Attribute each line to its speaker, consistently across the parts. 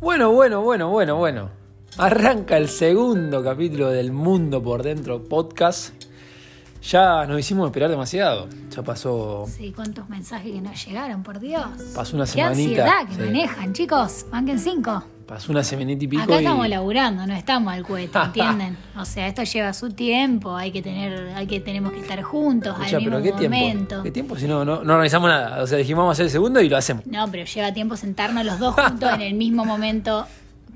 Speaker 1: Bueno, bueno, bueno, bueno, bueno. Arranca el segundo capítulo del Mundo por Dentro podcast. Ya nos hicimos esperar demasiado. Ya pasó,
Speaker 2: Sí, cuántos mensajes que nos llegaron, por Dios.
Speaker 1: pasó una
Speaker 2: Qué ansiedad
Speaker 1: semanita.
Speaker 2: que
Speaker 1: sí.
Speaker 2: manejan, chicos. Banquen cinco.
Speaker 1: Pasó una semanita y pico
Speaker 2: Acá
Speaker 1: y
Speaker 2: estamos laburando, no estamos al cohete, ¿entienden? o sea, esto lleva su tiempo, hay que tener, hay que tenemos que estar juntos
Speaker 1: Escuchá,
Speaker 2: al mismo
Speaker 1: pero qué
Speaker 2: momento.
Speaker 1: tiempo. ¿Qué tiempo si no, no, no organizamos nada? O sea, dijimos vamos a hacer el segundo y lo hacemos.
Speaker 2: No, pero lleva tiempo sentarnos los dos juntos en el mismo momento,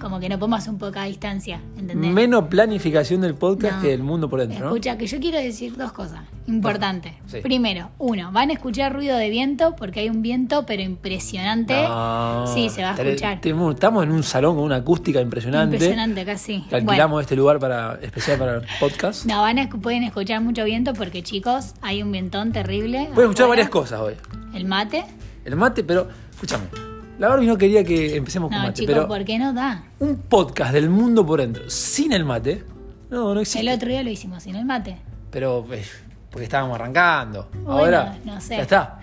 Speaker 2: como que no podemos hacer un poco a distancia, ¿entendés?
Speaker 1: Menos planificación del podcast
Speaker 2: No.
Speaker 1: que del mundo por dentro, ¿no?
Speaker 2: Escucha, que yo quiero decir dos cosas importantes.
Speaker 1: Sí.
Speaker 2: Primero, uno, van a escuchar ruido de viento porque hay un viento, pero impresionante.
Speaker 1: No,
Speaker 2: sí, se va a
Speaker 1: tele-
Speaker 2: escuchar.
Speaker 1: tenemos- estamos en un salón con una acústica impresionante.
Speaker 2: Impresionante, casi.
Speaker 1: Que alquilamos este lugar para especial para el podcast.
Speaker 2: No, van a, escu- pueden escuchar mucho viento porque, chicos, hay un vientón terrible.
Speaker 1: Voy a escuchar
Speaker 2: afuera.
Speaker 1: varias cosas hoy.
Speaker 2: El mate.
Speaker 1: El mate, pero escúchame. La Barbie no quería que empecemos
Speaker 2: No,
Speaker 1: con mate,
Speaker 2: chicos,
Speaker 1: pero
Speaker 2: ¿por qué no da?
Speaker 1: un podcast del mundo por dentro sin el mate, no, no existe.
Speaker 2: El otro día lo hicimos sin el mate.
Speaker 1: Pero eh, porque estábamos arrancando.
Speaker 2: Bueno,
Speaker 1: Ahora
Speaker 2: no sé.
Speaker 1: ya está. Ah,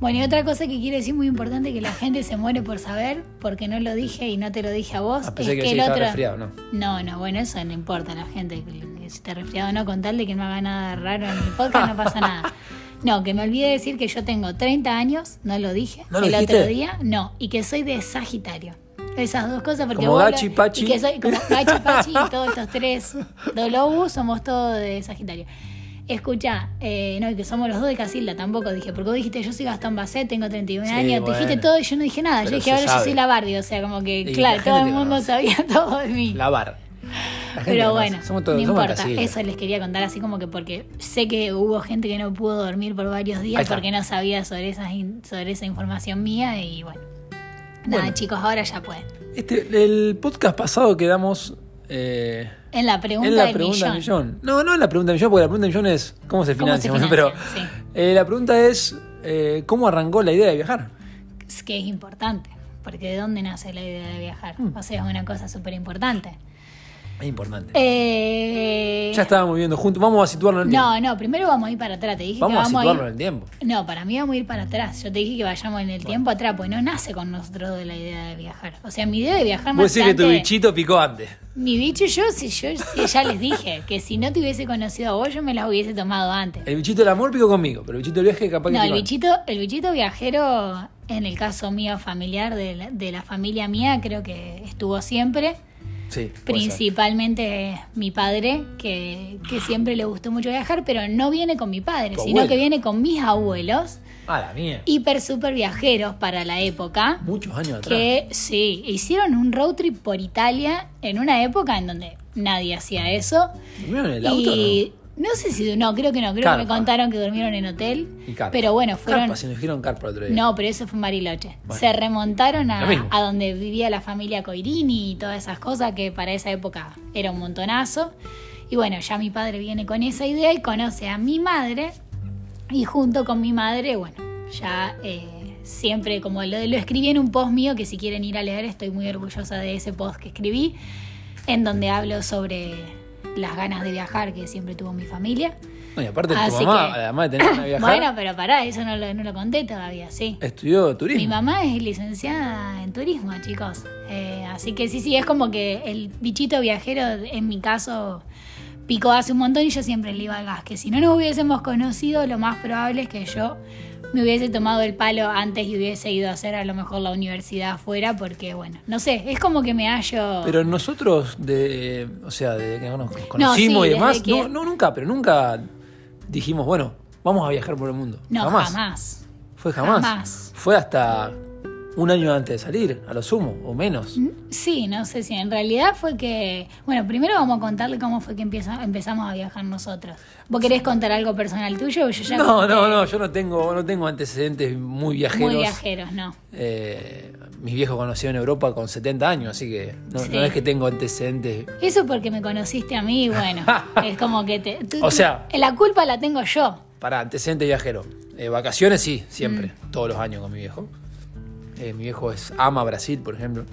Speaker 2: Bueno, y otra cosa que quiero decir muy importante que la gente se muere por saber, porque no lo dije y no te lo dije a vos,
Speaker 1: Ah, pensé
Speaker 2: es
Speaker 1: que
Speaker 2: que
Speaker 1: sí
Speaker 2: el
Speaker 1: estaba
Speaker 2: otro...
Speaker 1: resfriado, no.
Speaker 2: No, no, bueno, eso no importa a la gente, que- que si está resfriado o no, con tal de que no haga nada raro en el podcast, no pasa nada. No, que me olvidé decir que yo tengo 30 años, no lo dije,
Speaker 1: ¿No lo
Speaker 2: el
Speaker 1: dijiste?
Speaker 2: otro día, no, y que soy de Sagitario. Esas dos cosas, porque
Speaker 1: Como
Speaker 2: vos
Speaker 1: Gachi,
Speaker 2: lo-
Speaker 1: Pachi.
Speaker 2: Y que soy como Gachi, Pachi y todos estos tres Dolobus, somos todos de Sagitario. Escucha, no, y que somos los dos de Casilda, tampoco dije, porque vos dijiste, yo soy Gastón Basset, tengo 31
Speaker 1: Sí,
Speaker 2: años,
Speaker 1: bueno.
Speaker 2: te dijiste todo y yo no dije nada,
Speaker 1: Pero
Speaker 2: yo dije,
Speaker 1: se
Speaker 2: ahora yo
Speaker 1: sabe.
Speaker 2: soy la Barbie, o sea, como que,
Speaker 1: Y la
Speaker 2: claro, todo el
Speaker 1: gente te
Speaker 2: mundo
Speaker 1: conoce.
Speaker 2: sabía todo de mí.
Speaker 1: Lavar. La gente
Speaker 2: Pero
Speaker 1: conoce.
Speaker 2: bueno,
Speaker 1: somos todos,
Speaker 2: no
Speaker 1: somos
Speaker 2: importa,
Speaker 1: casillas.
Speaker 2: eso les quería contar así como que porque sé que hubo gente que no pudo dormir por varios
Speaker 1: Ahí
Speaker 2: días
Speaker 1: está.
Speaker 2: porque no sabía sobre, esas in- sobre esa información mía y bueno.
Speaker 1: Bueno.
Speaker 2: Nada, chicos, ahora ya pueden.
Speaker 1: Este, el podcast pasado quedamos eh,
Speaker 2: En la pregunta,
Speaker 1: en la
Speaker 2: del
Speaker 1: pregunta
Speaker 2: millón.
Speaker 1: del millón. No, no en la pregunta del millón, porque la pregunta del millón es cómo se
Speaker 2: ¿Cómo
Speaker 1: financia.
Speaker 2: se
Speaker 1: bueno,
Speaker 2: financia?
Speaker 1: Pero eh, la pregunta es eh, cómo arrancó la idea de viajar.
Speaker 2: Es que es importante, porque ¿de dónde nace la idea de viajar?
Speaker 1: Mm.
Speaker 2: O sea, es una cosa súper importante.
Speaker 1: Es importante.
Speaker 2: Eh,
Speaker 1: ya estábamos viviendo juntos. Vamos a situarnos en el tiempo.
Speaker 2: No, no, primero vamos a ir para atrás. Te dije
Speaker 1: Vamos
Speaker 2: que
Speaker 1: a
Speaker 2: vamos a ir
Speaker 1: situarnos en el tiempo.
Speaker 2: No, para mí vamos a ir para atrás. Yo te dije que vayamos en el tiempo atrás, pues no nace con nosotros de la idea de viajar. O sea, mi idea de viajar
Speaker 1: Vos
Speaker 2: más
Speaker 1: decís que tu
Speaker 2: adelante-
Speaker 1: bichito picó antes.
Speaker 2: Mi bicho yo, si yo si ya les dije que si no te hubiese conocido a vos, yo me las hubiese tomado antes.
Speaker 1: El bichito del amor picó conmigo, pero el bichito del viaje capaz que
Speaker 2: No, el
Speaker 1: picó antes.
Speaker 2: bichito, el bichito viajero, en el caso mío familiar, de la, de la familia mía, creo que estuvo siempre.
Speaker 1: Sí, puede ser.
Speaker 2: Principalmente mi padre, que, que siempre le gustó mucho viajar, pero no viene con mi padre,
Speaker 1: Tu
Speaker 2: sino
Speaker 1: abuelo.
Speaker 2: que viene con mis abuelos,
Speaker 1: Ah, la mía.
Speaker 2: hiper super viajeros para la época.
Speaker 1: Muchos años atrás.
Speaker 2: Que sí, hicieron un road trip por Italia en una época en donde nadie hacía eso.
Speaker 1: ¿Durmieron en el auto
Speaker 2: y no? sé si no, creo que no, creo que me
Speaker 1: Carpa.
Speaker 2: contaron que durmieron en hotel.
Speaker 1: Y pues, carpa.
Speaker 2: Pero bueno,
Speaker 1: o no? Carpa,
Speaker 2: fueron
Speaker 1: si nos dijeron carpa el otro día.
Speaker 2: No, pero eso fue en Bariloche.
Speaker 1: Bueno.
Speaker 2: Se remontaron
Speaker 1: Lo
Speaker 2: a,
Speaker 1: mismo.
Speaker 2: a donde vivía la familia Coirini y todas esas cosas que para esa época era un montonazo. Y bueno, ya mi padre viene con esa idea y conoce a mi madre. Y junto con mi madre, bueno, ya eh, siempre, como lo, lo escribí en un post mío, que si quieren ir a leer, estoy muy orgullosa de ese post que escribí, en donde hablo sobre las ganas de viajar que siempre tuvo mi familia.
Speaker 1: No, y aparte tu
Speaker 2: Así
Speaker 1: mamá,
Speaker 2: que-
Speaker 1: además de tener una viajar,
Speaker 2: Bueno, pero pará, eso no lo, no lo conté todavía, sí.
Speaker 1: estudió
Speaker 2: Mi
Speaker 1: turismo.
Speaker 2: mamá es licenciada en turismo, chicos. Eh, así que sí, sí, es como que el bichito viajero, en mi caso, picó hace un montón y yo siempre le iba al gas. Que si no nos hubiésemos conocido, lo más probable es que yo me hubiese tomado el palo antes y hubiese ido a hacer a lo mejor la universidad afuera, porque bueno, no sé, es como que me hallo.
Speaker 1: Pero nosotros, de, o sea, desde que nos conocimos
Speaker 2: sí,
Speaker 1: y demás,
Speaker 2: desde que-
Speaker 1: no, no, nunca, pero nunca dijimos, bueno, vamos a viajar por el mundo.
Speaker 2: no,
Speaker 1: jamás.
Speaker 2: jamás.
Speaker 1: Fue jamás.
Speaker 2: Jamás.
Speaker 1: Fue hasta un año antes de salir, a lo sumo, o menos.
Speaker 2: Sí, no sé si en realidad fue que. Bueno, primero vamos a contarle cómo fue que empieza, empezamos a viajar nosotros. ¿Vos querés contar algo personal tuyo? o Yo ya
Speaker 1: No,
Speaker 2: conté-
Speaker 1: no, no, yo no tengo, no tengo antecedentes muy viajeros.
Speaker 2: Muy viajeros, no.
Speaker 1: Eh, mis viejos conocieron Europa con 70 años, así que no,
Speaker 2: Sí.
Speaker 1: no es que tengo antecedentes.
Speaker 2: Eso porque me conociste a mí, bueno, es como que te... tú-
Speaker 1: O sea-
Speaker 2: tú- La culpa la tengo yo.
Speaker 1: Para antecedentes viajero. Eh, vacaciones sí, siempre,
Speaker 2: Mm.
Speaker 1: todos los años con mi viejo. Eh, mi viejo es ama Brasil, por ejemplo.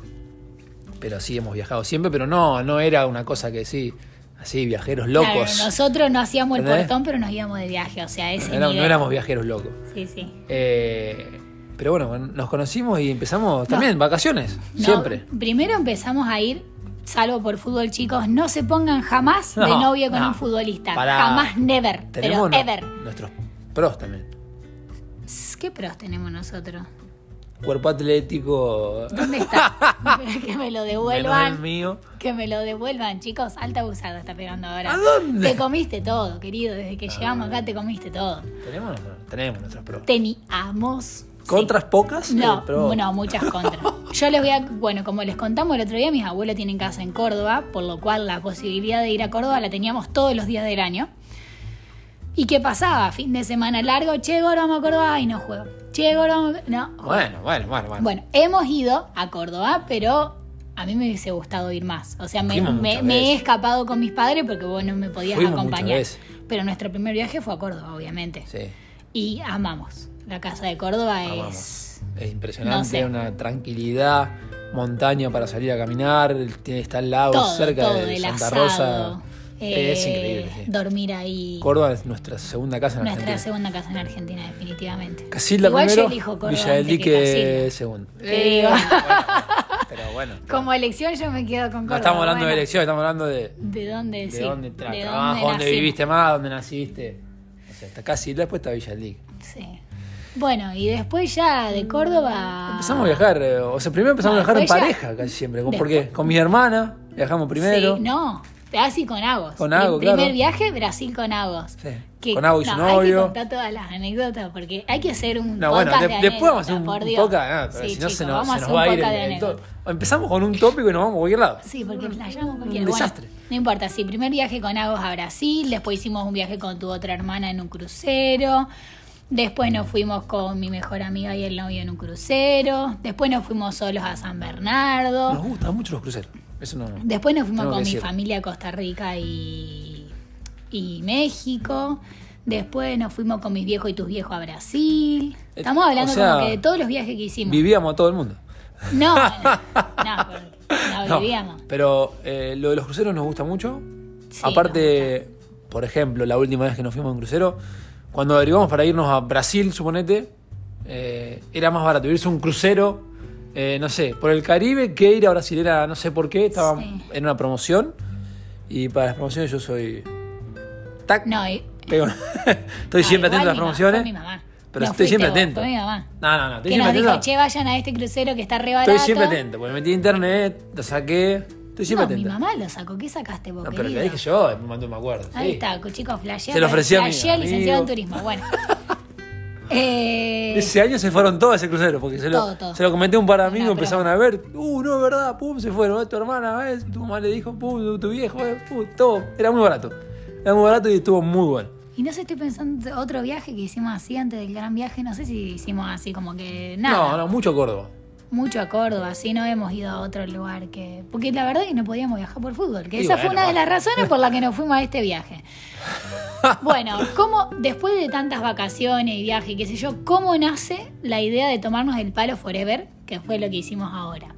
Speaker 1: Pero sí hemos viajado siempre, pero no, no era una cosa que sí, así viajeros locos.
Speaker 2: Claro, nosotros no hacíamos el
Speaker 1: ¿Entendés?
Speaker 2: portón, pero nos íbamos de viaje, o sea, ese
Speaker 1: Era- no
Speaker 2: nivel.
Speaker 1: éramos viajeros locos.
Speaker 2: Sí, sí.
Speaker 1: Eh, Pero bueno, nos conocimos y empezamos también, vacaciones,
Speaker 2: No,
Speaker 1: siempre.
Speaker 2: Primero empezamos a ir, salvo por fútbol, chicos. No se pongan jamás de
Speaker 1: No,
Speaker 2: novio con
Speaker 1: no.
Speaker 2: un futbolista.
Speaker 1: Pará.
Speaker 2: Jamás, never. Pero
Speaker 1: Tenemos no-
Speaker 2: ever.
Speaker 1: nuestros pros también.
Speaker 2: ¿Qué pros tenemos nosotros?
Speaker 1: Cuerpo atlético,
Speaker 2: ¿Dónde está? que me lo
Speaker 1: menos el
Speaker 2: devuelvan.
Speaker 1: mío.
Speaker 2: Que me lo devuelvan, chicos. Alta abusada está pegando ahora.
Speaker 1: ¿A dónde?
Speaker 2: Te comiste todo, querido. Desde que llegamos acá te comiste todo.
Speaker 1: ¿Tenemos, nuestros- tenemos nuestros pros.
Speaker 2: Teníamos.
Speaker 1: ¿Contras pocas?
Speaker 2: No,
Speaker 1: eh, pero-
Speaker 2: no, muchas contras. Yo les voy a, bueno, como les contamos el otro día, mis abuelos tienen casa en Córdoba, por lo cual la posibilidad de ir a Córdoba la teníamos todos los días del año. ¿Y qué pasaba? Fin de semana largo, che, Goro, vamos a Córdoba, ay, no juego. Che, Goro, vamos a- no.
Speaker 1: Bueno, bueno, bueno, bueno.
Speaker 2: Bueno, hemos ido a Córdoba, pero a mí me hubiese gustado ir más. O sea, me,
Speaker 1: Fuimos
Speaker 2: me-
Speaker 1: muchas
Speaker 2: me he
Speaker 1: veces.
Speaker 2: escapado con mis padres porque vos no me podías
Speaker 1: Fuimos muchas
Speaker 2: acompañar.
Speaker 1: veces.
Speaker 2: Pero nuestro primer viaje fue a Córdoba, obviamente.
Speaker 1: Sí,
Speaker 2: Y amamos. La casa de Córdoba es...
Speaker 1: amamos. Es impresionante,
Speaker 2: no sé.
Speaker 1: una tranquilidad, montaña para salir a caminar, tiene- está al lago
Speaker 2: todo,
Speaker 1: cerca
Speaker 2: todo,
Speaker 1: de
Speaker 2: el
Speaker 1: Santa
Speaker 2: asado,
Speaker 1: Rosa.
Speaker 2: eh,
Speaker 1: es increíble. sí.
Speaker 2: Dormir ahí.
Speaker 1: Córdoba es nuestra segunda casa en
Speaker 2: nuestra
Speaker 1: Argentina.
Speaker 2: segunda casa en Argentina, definitivamente.
Speaker 1: Casilda
Speaker 2: Igual
Speaker 1: primero,
Speaker 2: yo elijo Córdoba
Speaker 1: Villa del
Speaker 2: antes que
Speaker 1: Dique
Speaker 2: Casilda.
Speaker 1: segundo.
Speaker 2: Te digo.
Speaker 1: Eh, bueno, bueno, pero bueno,
Speaker 2: Como elección yo me quedo con Córdoba.
Speaker 1: no estamos hablando de
Speaker 2: bueno.
Speaker 1: elecciones, estamos hablando de,
Speaker 2: ¿De dónde?
Speaker 1: de
Speaker 2: sí,
Speaker 1: dónde
Speaker 2: de
Speaker 1: tra-
Speaker 2: dónde
Speaker 1: trabajas, dónde,
Speaker 2: nacimos.
Speaker 1: viviste más, dónde naciste. O sea, está Casilda, después está Villa del Dique.
Speaker 2: Sí. Bueno, y después ya de Córdoba...
Speaker 1: Empezamos a viajar, eh, o sea, primero empezamos
Speaker 2: Ah. No,
Speaker 1: a viajar en
Speaker 2: después ya-
Speaker 1: pareja casi siempre, con-
Speaker 2: después-
Speaker 1: porque con mi hermana viajamos primero.
Speaker 2: Sí, no. Así con Agos.
Speaker 1: Con Agos,
Speaker 2: El primer
Speaker 1: claro.
Speaker 2: viaje, Brasil con Agos.
Speaker 1: Sí,
Speaker 2: Que-
Speaker 1: con Agos y su
Speaker 2: no, Hay que
Speaker 1: novio.
Speaker 2: contar todas las anécdotas porque hay que hacer un
Speaker 1: No, bueno,
Speaker 2: podcast
Speaker 1: de-
Speaker 2: de
Speaker 1: después vamos a hacer un,
Speaker 2: anécdotas, por
Speaker 1: un
Speaker 2: Dios.
Speaker 1: podcast, ah, pero
Speaker 2: Sí,
Speaker 1: si no se
Speaker 2: chicos,
Speaker 1: nos,
Speaker 2: vamos
Speaker 1: se
Speaker 2: hacer
Speaker 1: nos
Speaker 2: un
Speaker 1: va a ir
Speaker 2: podcast de
Speaker 1: el- el
Speaker 2: anécdotas.
Speaker 1: to- Empezamos con un tópico y nos vamos a cualquier lado.
Speaker 2: Sí, porque flayamos cualquier
Speaker 1: Un
Speaker 2: bueno,
Speaker 1: desastre.
Speaker 2: no importa, sí, primer viaje con Agos a Brasil, después hicimos un viaje con tu otra hermana en un crucero, después nos fuimos con mi mejor amiga y el novio en un crucero, después nos fuimos solos a San
Speaker 1: Nos
Speaker 2: Bernardo,
Speaker 1: gustan mucho los cruceros. Eso no.
Speaker 2: después nos fuimos
Speaker 1: Tengo
Speaker 2: con
Speaker 1: que
Speaker 2: mi
Speaker 1: decir.
Speaker 2: familia a Costa Rica y, y México, después nos fuimos con mis viejos y tus viejos a Brasil.
Speaker 1: Eh,
Speaker 2: Estamos hablando
Speaker 1: o sea,
Speaker 2: como que de todos los viajes que hicimos.
Speaker 1: Vivíamos a todo el mundo.
Speaker 2: No, no, no, no,
Speaker 1: No,
Speaker 2: vivíamos.
Speaker 1: Pero eh, lo de los cruceros nos gusta mucho.
Speaker 2: Sí,
Speaker 1: Aparte, por ejemplo, la última vez que nos fuimos en crucero, cuando averiguamos para irnos a Brasil, suponete, eh, era más barato irse a un crucero, eh, no sé, por el Caribe que ir a Brasil. Era, no sé por qué, estaba
Speaker 2: Sí.
Speaker 1: en una promoción. Y para las promociones yo soy. Tac.
Speaker 2: No, y-
Speaker 1: pego- estoy
Speaker 2: Ah,
Speaker 1: siempre
Speaker 2: igual
Speaker 1: atento a las
Speaker 2: mi mamá,
Speaker 1: promociones.
Speaker 2: fue mi mamá.
Speaker 1: Pero
Speaker 2: No
Speaker 1: estoy
Speaker 2: fuiste
Speaker 1: siempre
Speaker 2: vos,
Speaker 1: atento.
Speaker 2: fue mi mamá.
Speaker 1: No, no, no. Estoy
Speaker 2: Que nos
Speaker 1: siempre
Speaker 2: dijo,
Speaker 1: atento.
Speaker 2: che, vayan a este crucero que está re barato.
Speaker 1: Estoy siempre atento, porque me metí en internet, lo saqué. Estoy siempre
Speaker 2: no, mi
Speaker 1: atento.
Speaker 2: mamá lo sacó. ¿Qué sacaste vos,
Speaker 1: No, pero
Speaker 2: querido?
Speaker 1: le dije yo, me mandó un acuerdo.
Speaker 2: Ahí
Speaker 1: sí.
Speaker 2: está, chicos, flashea.
Speaker 1: Se lo ofrecí a mi
Speaker 2: flashea
Speaker 1: amigo.
Speaker 2: licenciado en turismo, bueno. Eh,
Speaker 1: Ese año se fueron todos a ese crucero, porque se lo,
Speaker 2: Todo, todo.
Speaker 1: se lo comenté a un par de amigos,
Speaker 2: No, pero-
Speaker 1: empezaron a ver, uh, no, es verdad, pum, se fueron, eh, tu hermana, eh, tu mamá le dijo, pum, tu, tu viejo, eh, pum, todo. Era muy barato. Era muy barato y estuvo muy bueno.
Speaker 2: Y no sé, estoy pensando otro viaje que hicimos así antes del gran viaje. No sé si hicimos así como que nada.
Speaker 1: No, no, mucho Córdoba.
Speaker 2: Mucho a Córdoba, así no hemos ido a otro lugar que. Porque la verdad es que no podíamos viajar por fútbol, que
Speaker 1: Y
Speaker 2: esa fue
Speaker 1: bueno,
Speaker 2: una
Speaker 1: va.
Speaker 2: de las razones por la que nos fuimos a este viaje. Bueno, ¿cómo, después de tantas vacaciones y viajes, qué sé yo, cómo nace la idea de tomarnos el palo forever, que fue lo que hicimos ahora?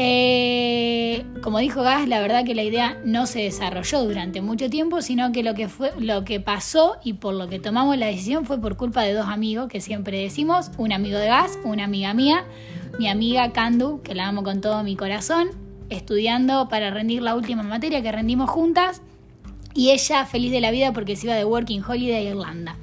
Speaker 2: Eh, como dijo Gas, la verdad que la idea no se desarrolló durante mucho tiempo, sino que lo que fue, lo que pasó y por lo que tomamos la decisión fue por culpa de dos amigos que siempre decimos, un amigo de Gas, una amiga mía, mi amiga Candu, que la amo con todo mi corazón, estudiando para rendir la última materia que rendimos juntas, y ella feliz de la vida porque se iba de Working Holiday a Irlanda.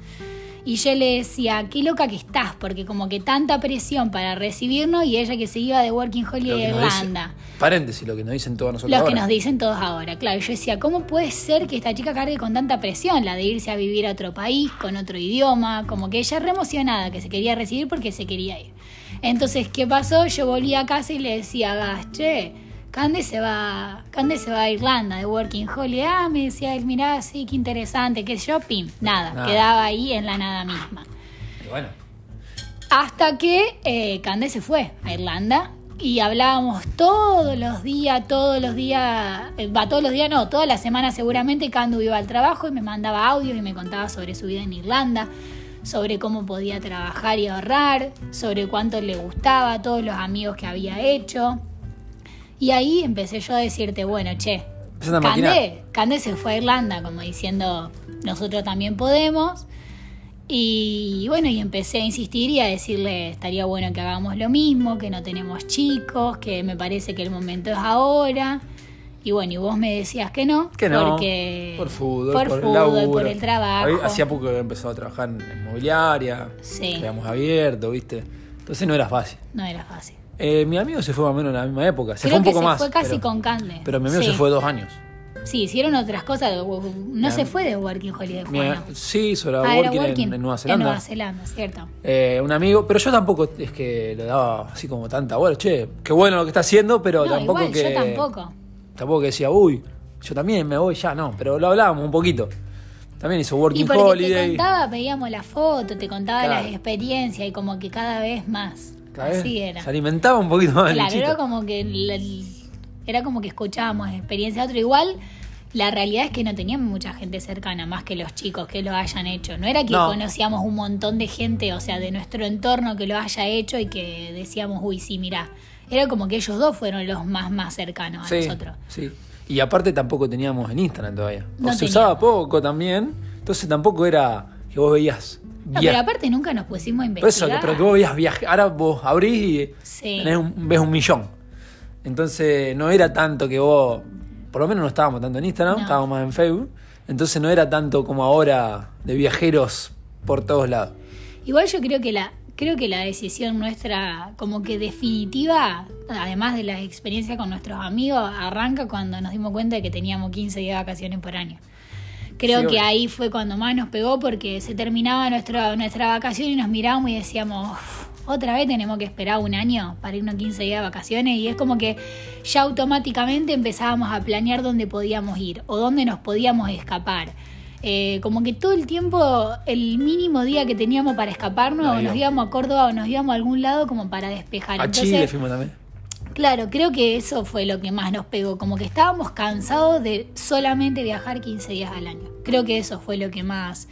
Speaker 2: Y yo le decía, qué loca que estás, porque como que tanta presión para recibirnos y ella que se iba de Working
Speaker 1: Lo
Speaker 2: Holiday
Speaker 1: que
Speaker 2: a
Speaker 1: nos dice-
Speaker 2: Irlanda.
Speaker 1: paréntesis, lo que nos dicen todos nosotros.
Speaker 2: Los que
Speaker 1: ahora.
Speaker 2: nos dicen todos ahora, claro. Yo decía, ¿cómo puede ser que esta chica cargue con tanta presión? La de irse a vivir a otro país, con otro idioma, como que ella re emocionada, que se quería recibir porque se quería ir. Entonces, ¿qué pasó? Yo volví a casa y le decía a Gas, che, Cande se va, Cande se va a Irlanda de Working Holiday. Ah, me decía él, mirá, sí, qué interesante, qué sé yo, pim, nada,
Speaker 1: Nada.
Speaker 2: quedaba ahí en la nada misma.
Speaker 1: Y bueno,
Speaker 2: Hasta que eh, Cande se fue a Irlanda y hablábamos todos los días, todos los días, eh, va todos los días, no, toda la semana seguramente Candu iba al trabajo y me mandaba audios y me contaba sobre su vida en Irlanda, sobre cómo podía trabajar y ahorrar, sobre cuánto le gustaba, todos los amigos que había hecho. Y ahí empecé yo a decirte, bueno, che,
Speaker 1: Empiezan a maquinar.
Speaker 2: Candé, Candé se fue a Irlanda como diciendo, nosotros también podemos. Y bueno, y empecé a insistir y a decirle, estaría bueno que hagamos lo mismo, que no tenemos chicos, que me parece que el momento es ahora. Y bueno, y vos me decías que no,
Speaker 1: Que no.
Speaker 2: porque
Speaker 1: Por fútbol,
Speaker 2: por,
Speaker 1: por, el
Speaker 2: fútbol,
Speaker 1: laburo.
Speaker 2: por el trabajo.
Speaker 1: Había- Hacía poco que había empezado a trabajar en la inmobiliaria.
Speaker 2: Sí.
Speaker 1: Habíamos abierto, ¿viste? Entonces no era fácil.
Speaker 2: No era fácil.
Speaker 1: Eh, mi amigo se fue más o menos en la misma época. Se
Speaker 2: Creo
Speaker 1: fue un
Speaker 2: que
Speaker 1: poco
Speaker 2: se
Speaker 1: más.
Speaker 2: fue casi
Speaker 1: pero,
Speaker 2: con Cande.
Speaker 1: pero mi amigo
Speaker 2: Sí.
Speaker 1: se fue dos años.
Speaker 2: Sí, hicieron otras cosas. No
Speaker 1: Mi
Speaker 2: se
Speaker 1: am-
Speaker 2: fue de Working Holiday.
Speaker 1: Mi-
Speaker 2: Juan, no.
Speaker 1: sí, sobre
Speaker 2: Ah, era
Speaker 1: working, en- en, Nueva Zelanda.
Speaker 2: Nueva Zelanda, cierto.
Speaker 1: Eh, un amigo, pero yo tampoco es que le daba así como tanta bola, che, qué bueno lo que está haciendo, pero
Speaker 2: no,
Speaker 1: tampoco
Speaker 2: igual,
Speaker 1: que.
Speaker 2: yo tampoco.
Speaker 1: Tampoco que decía, uy, yo también me voy ya, no, pero lo hablábamos un poquito. También hizo
Speaker 2: Y
Speaker 1: Working
Speaker 2: porque te
Speaker 1: Holiday.
Speaker 2: contaba, pedíamos la foto, te contaba
Speaker 1: Claro.
Speaker 2: las experiencias y como que cada vez más.
Speaker 1: cada vez
Speaker 2: Así era.
Speaker 1: Se alimentaba un poquito más. el
Speaker 2: Claro,
Speaker 1: bichito.
Speaker 2: era como que la- era como que escuchábamos experiencia de otro. Igual, la realidad es que no teníamos mucha gente cercana, más que los chicos que lo hayan hecho. No era que
Speaker 1: No.
Speaker 2: conocíamos un montón de gente, o sea, de nuestro entorno que lo haya hecho y que decíamos, uy, sí, mirá. Era como que ellos dos fueron los más más cercanos a
Speaker 1: sí,
Speaker 2: nosotros.
Speaker 1: sí. Y aparte tampoco teníamos en Instagram todavía. O
Speaker 2: No
Speaker 1: se
Speaker 2: teníamos.
Speaker 1: usaba poco también. Entonces tampoco era que vos veías.
Speaker 2: No,
Speaker 1: via-
Speaker 2: pero aparte nunca nos pusimos a
Speaker 1: Por eso,
Speaker 2: investigar.
Speaker 1: que- pero que vos veías viaje. Ahora vos abrís y
Speaker 2: Sí.
Speaker 1: tenés un- ves un millón. Entonces no era tanto que vos. Por lo menos no estábamos tanto en Instagram,
Speaker 2: No.
Speaker 1: estábamos más en Facebook. Entonces no era tanto como ahora de viajeros por todos lados.
Speaker 2: Igual yo creo que la creo que la decisión nuestra como que definitiva, además de la experiencia con nuestros amigos, arranca cuando nos dimos cuenta de que teníamos 15 días de vacaciones por año. Creo
Speaker 1: Sí,
Speaker 2: que
Speaker 1: obvio.
Speaker 2: ahí fue cuando más nos pegó porque se terminaba nuestra nuestra vacación y nos mirábamos y decíamos, "Uf, otra vez tenemos que esperar un año para irnos 15 días de vacaciones y es como que ya automáticamente empezábamos a planear dónde podíamos ir o dónde nos podíamos escapar. Eh, como que todo el tiempo, el mínimo día que teníamos para escaparnos,
Speaker 1: No,
Speaker 2: o nos
Speaker 1: íbamos.
Speaker 2: íbamos a Córdoba o nos íbamos a algún lado como para despejar.
Speaker 1: A
Speaker 2: Entonces,
Speaker 1: Chile fuimos también.
Speaker 2: Claro, creo que eso fue lo que más nos pegó, como que estábamos cansados de solamente viajar 15 días al año. Creo que eso fue lo que más...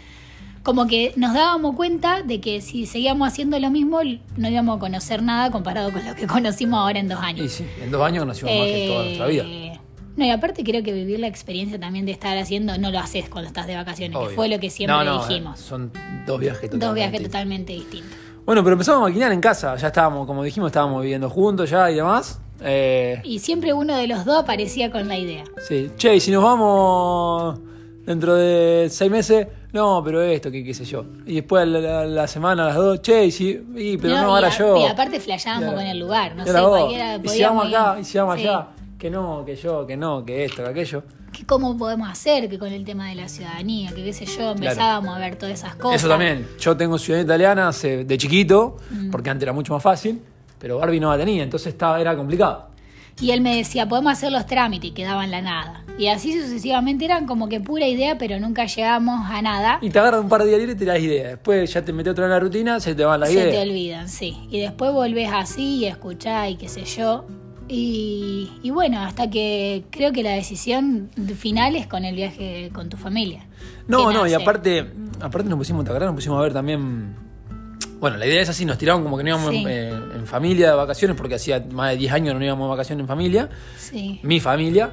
Speaker 2: Como que nos dábamos cuenta de que si seguíamos haciendo lo mismo no íbamos a conocer nada comparado con lo que conocimos ahora en dos
Speaker 1: Y
Speaker 2: años.
Speaker 1: sí, en dos años conocimos más que toda nuestra vida.
Speaker 2: Eh, No, y aparte creo que vivir la experiencia también de estar haciendo no lo haces cuando estás de vacaciones, que
Speaker 1: Obvio.
Speaker 2: fue lo que siempre
Speaker 1: No, no,
Speaker 2: dijimos.
Speaker 1: Son dos viajes totalmente.
Speaker 2: dos viajes
Speaker 1: distintos.
Speaker 2: totalmente distintos.
Speaker 1: Bueno, pero empezamos a maquinar en casa. Ya estábamos, como dijimos, estábamos viviendo juntos ya y demás. Eh,
Speaker 2: Y siempre uno de los dos aparecía con la idea.
Speaker 1: Sí, che, y si nos vamos dentro de seis meses, no, pero esto, que qué sé yo. Y después a la, la- la semana, a las dos, che, y si, y, pero no,
Speaker 2: y
Speaker 1: ahora
Speaker 2: a-
Speaker 1: yo.
Speaker 2: Y aparte flasheábamos
Speaker 1: Y ahora-
Speaker 2: con el lugar, no
Speaker 1: y
Speaker 2: sé,
Speaker 1: ahora vos.
Speaker 2: cualquiera
Speaker 1: Y si vamos
Speaker 2: podíamos
Speaker 1: acá,
Speaker 2: ir.
Speaker 1: y si vamos
Speaker 2: Sí.
Speaker 1: allá, que no, que yo, que no, que esto, que aquello.
Speaker 2: Que ¿Cómo podemos hacer que con el tema de la ciudadanía? Que qué sé yo, empezábamos a ver todas esas cosas.
Speaker 1: Eso también. Yo tengo ciudadanía italiana hace- de chiquito, porque antes era mucho más fácil, pero Barbie no la tenía, entonces estaba, era complicado.
Speaker 2: Y él me decía, podemos hacer los trámites, y quedaba en la nada. Y así sucesivamente eran como que pura idea, pero nunca llegamos a nada.
Speaker 1: Y te agarras un par de días libres y te das ideas. Después ya te metes otra vez en la rutina, se te van las
Speaker 2: se
Speaker 1: ideas.
Speaker 2: te olvidan, sí. Y después volvés así y escuchás y qué sé yo. Y, y bueno, hasta que creo que la decisión final es con el viaje con tu familia.
Speaker 1: No,
Speaker 2: Que
Speaker 1: no, y
Speaker 2: nace.
Speaker 1: aparte, aparte nos pusimos, ¿te acordás? Nos pusimos a ver también. Bueno, la idea es así, nos tiraron como que no íbamos
Speaker 2: Sí.
Speaker 1: en, eh, en familia de vacaciones, porque hacía más de 10 años no íbamos de vacaciones en familia,
Speaker 2: Sí.
Speaker 1: mi familia,